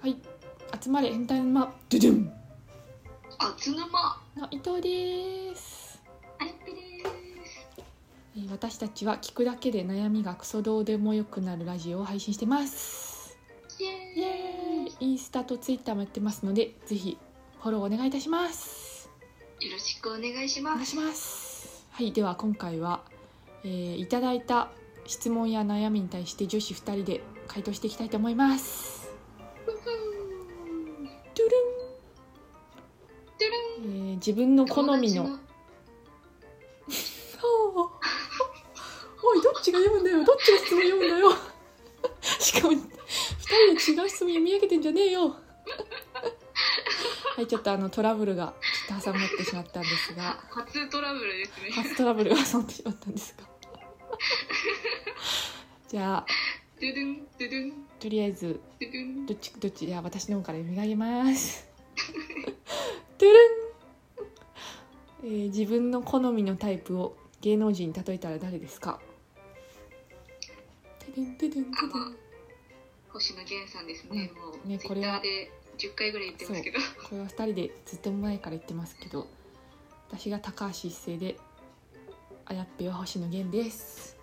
はい集まれ変態沼ドゥドゥンあつぬまの伊藤です、アイピですえー私たちは聞くだけで悩みがクソどうでもよくなるラジオを配信してますイイエエーーイインスタとツイッターもやってますのでぜひフォローお願いいたしますイよろしくお願いしおま願いすしますはいでは今回は、えーいただいた質問や悩みに対して女子2人で回答していきたいと思いますふふんドゥルンてるんえー自分 の好みの友達おいどっちが読むんだよどっちが質問読むんだよしかも2人で違う質問読み上げてんじゃねえよはいちょっとあのトラブルがちょっと挟まってしまったんですが初トラブルですね初トラブルが挟まってしまったんですがじゃあてるんてるんとりあえずてるんどっちどっちじゃあ私の方から読み上げます。 てるん、えー自分の好みのタイプを芸能人に例えたら誰ですか。てるんてるんてるん。星野源さんですねもうねツイこッれタはーで10回ぐらい言ってますけどこれは二人でずっと前から言ってますけど、私が高橋一生で、あやっぺは星野源です。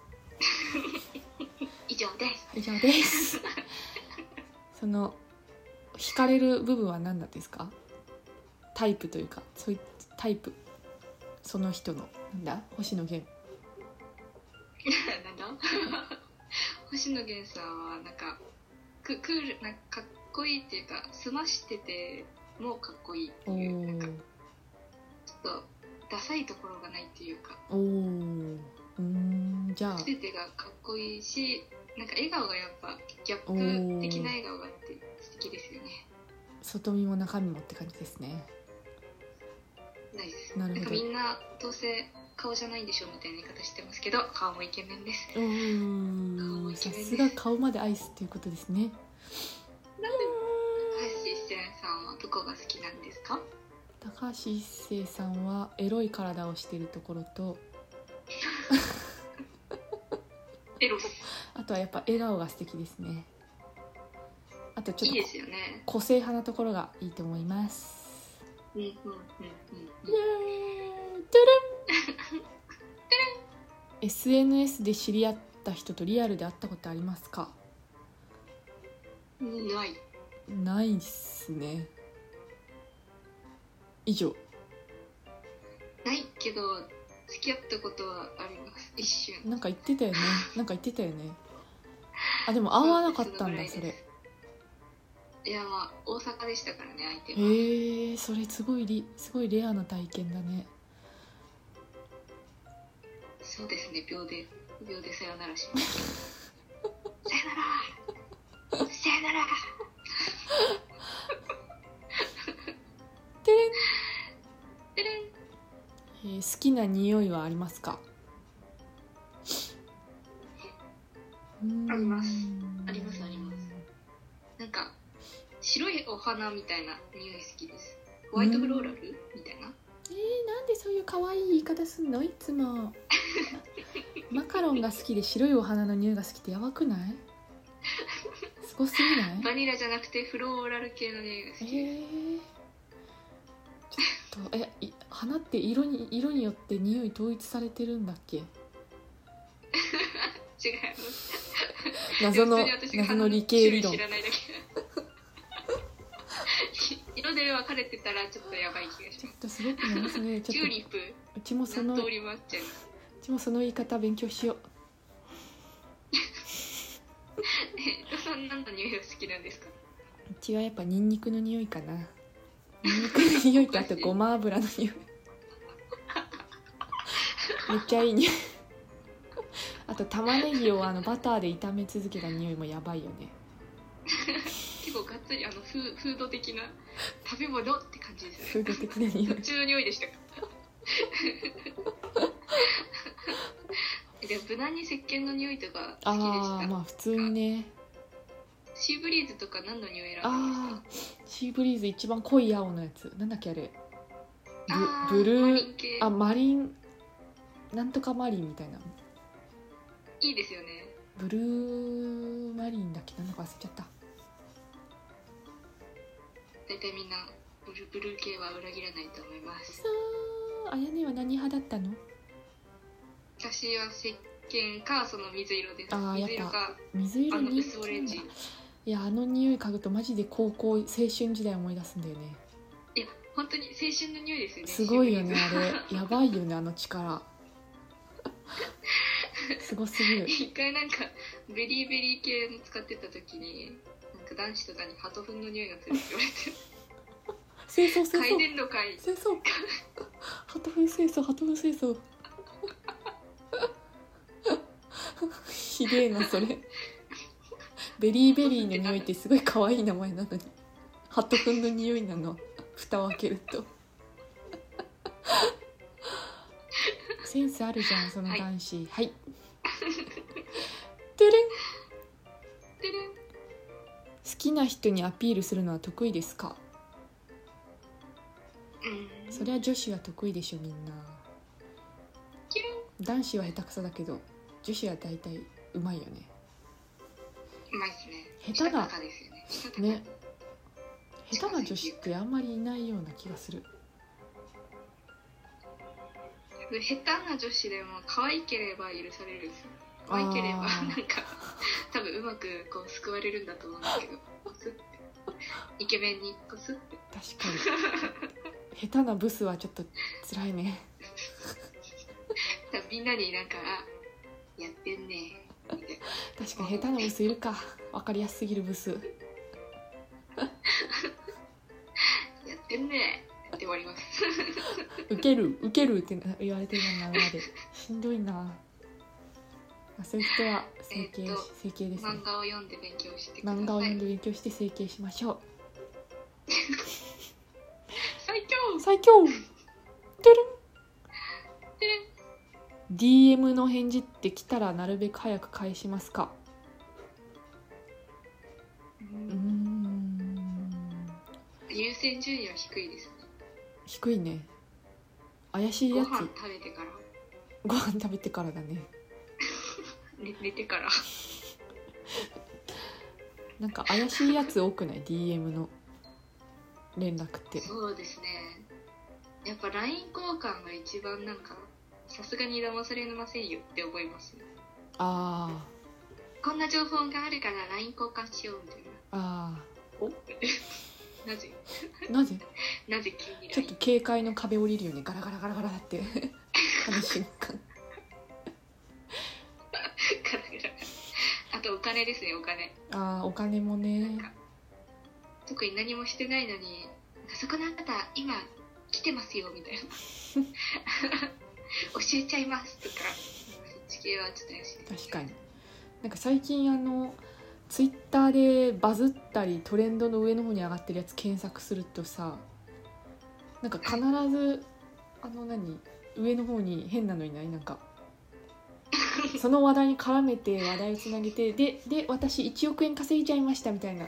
以上です 以上です。その惹かれる部分は何なんですか？タイプというか、そういタイプその人のなんだ星野源。なんだ 星野源さんはなんかククールなんかかっこいいっていうかすましててもうかっこいいっておいうなんかーちょっとダサいところがないっていうかおー。うーんじゃあ全てがかっこいいしなんか笑顔がやっぱギャップ的な笑顔があって素敵ですよね外見も中身もって感じですね。ないですななるほんどかみんなどうせ顔じゃないんでしょみたいな言い方してますけど顔もイケメンですお顔ーイケさメンですすが顔まで愛すっていうことですね。なんで高橋一生さんはどこが好きなんですか高橋一生さんはエロい体をしているところとエロスあとはやっぱ笑顔が素敵ですねあとちょいっいとですよね個性派なところがいいと思いますうんうんうんイうんうんトゥルン SNS で知り合った人とリアルで会ったことありますかうんないないっすね以上ないけど付き合ったことはあります一瞬なんか言って たよねなんか言ってたよねあでも会わなかったんだそれいやまあ大阪でしたからね相手はへえそれすごいりすごいレアな体験だねそうですね秒で秒でさよならしましたさよならさよならてれんてれんえー好きな匂いはありますかありますありますありますなんか白いお花みたいな匂い好きですホワイトフローラルみたいなえー、なんでそういう可愛い言い方すんのいつ もマカロンが好きで白いお花の匂いが好きってやばくないすごす ぎないバニラじゃなくてフローラル系の匂いがえ好きですー、ちょっとえい花って色に色によって匂い統一されてるんだっけ違います謎のでも 普通に私が謎花の理系理種類論知らないだけ 色で分かれてたらちょっとやばい気がしちょまっとすごくないそれす ちチょっとューリップうちもその何う通りもあっちゃいますちもその言い方勉強しようねえさん何の匂いが好きなんですかうちはやっぱニンニクの匂いかなニンニクの匂いとあとごま油の匂いめっちゃいい匂いあと玉ねぎをあのバターで炒め続けた匂いもやばいよね結構がっつりあのフーフード的な食べ物って感じですフねード的な匂どい っちの匂いでしたかでも無難に石鹸の匂いとか好きでああした、まあ普通にねシーブリーズとか何の匂い選んでああまシーブリーズ一番濃い青のやつなんだっけあれしたあブブルマーリン系あマリンなんとかマリンみたいないいですよねブルーマリンだっけなんだか忘れちゃった大体みんなブルブルー系は裏切らないと思いますさああやねは何派だったの私は石鹸かその水色ですあー水や色っぱか水色あのに薄オレンジいやあの匂い嗅ぐとマジで高校青春時代思い出すんだよねいや本当に青春の匂いですよねすごいよねシあれやばいよねあの力すごすぎ るュークリーズ一回なんかベリーベリー系の使ってた時になんか男子とかにハトフンの匂いがするって言われて清掃清回掃転の回清掃ハトフン清掃ハトフン清掃ひでえなそれベリーベリーの匂いってすごい可愛い名前なのにハトフンの匂いなの蓋を開けるとセンスあるじゃんその男子はい、てれん好てるんきな人にアピールするのは得意ですかうんそりゃ女子は得意でしょみんなキュ男子は下手くそだけど女子は大体うまいよねうまいですね下手なしたたかですよねしたたかね下手な女子ってあんまりいないような気がする下手な女子でも可愛ければ許されるんですよ可愛けれあばなんーか多分うまくこう救われるんだと思うんですけどこすってイケメンにこすって確か に下手なブスはちょっと辛いね多分みんなになんかあやってんねみたいな確かに下手なブスいるか分かりやすすぎるブスやってんねって終わりますウケるウケるってな言われてるのなまでしんどいな、まあ、そういう人は整形し、えっと整形ですね漫画を読んで勉強してください漫画を読んで勉強して整形しましょ最強う最強てれん DM の返事って来たらなるべく早く返しますかうーん優先順位は低いですね低いね怪しいごやつ飯食べてからご飯食べてからだね寝寝てからなんか怪しいやつ多くない DM の連絡ってそうですねやっぱ LINE 交換が一番なんかさすがに騙されませんよって思いますねあこんな情報があるから LINE 交換しようみたいーあ ななぜーなぜなぜ急にちょっ LINE と警戒の壁降りるよねガラガラガラガラって あの瞬間からぐらいあとお金ですねお金あーお金もね特に何もしてないのに「そこのあなた今来てますよ」みたいな 「教えちゃいます」とか地球はちょっと怪しいです確かになんか最近あのツイッターでバズったりトレンドの上の方に上がってるやつ検索するとさなんか必ずあの何上の方に変なのいないなんかその話題に絡めて話題をつなげてでで私1億円稼いじゃいましたみたいな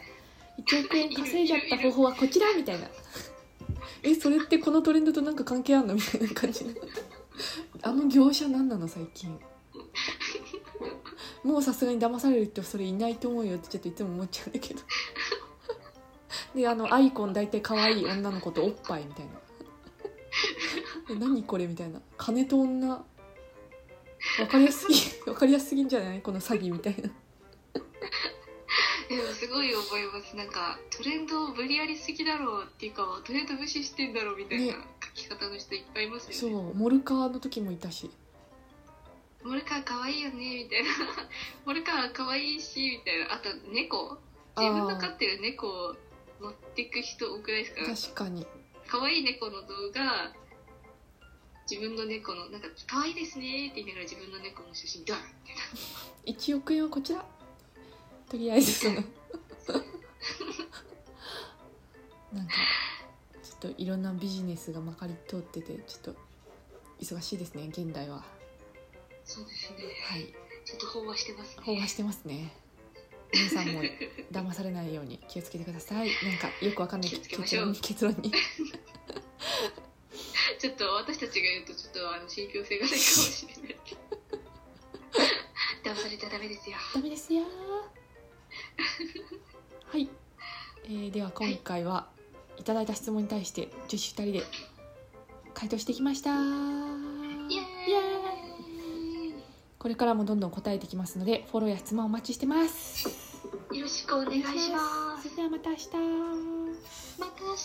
1億円稼いじゃった方法はこちらみたいな えそれってこのトレンドとなんか関係あんのみたいな感じのあの業者何なの最近もうさすがに騙される人それいないと思うよってちょっといつも思っちゃうんだけどであのアイコン大体可愛い女の子とおっぱいみたいなえ何これみたいな金と女わかりやす ぎわかりやすすぎんじゃないこの詐欺みたいなでもすごい覚えますなんかトレンドを無理やりすぎだろうっていうかトレンド無視してんだろうみたいなね書き方の人いっぱいいますそよねうモルカーの時もいたしモルカーかわいいよねみたいな モルカーかわいいしみたいなあと猫あ自分のー飼ってる猫を持ってく人多くないですか確かにかわいい猫の動画自分の猫のなんかかわいいですねって言いながら自分の猫の写真ドンって1億円はこちらとりあえず そのなんかちょっといろんなビジネスがまかり通っててちょっと忙しいですね現代はそうですねはいちょっと飽和してますね飽和してますね皆さんも騙されないように気をつけてくださいなんかよくわかんない気をつけましょう結論に ちょっと私たちが言うとちょっとあの信憑性がないかもしれない。騙されちゃダメですよ。ダメです よーはい、えーでは今回は、いただいた質問に対して女子2人で回答してきましたイエーイこれからもどんどん答えていきますのでフォローや質問お待ちしてますよろしくお願いしまそすれではまた明日また明日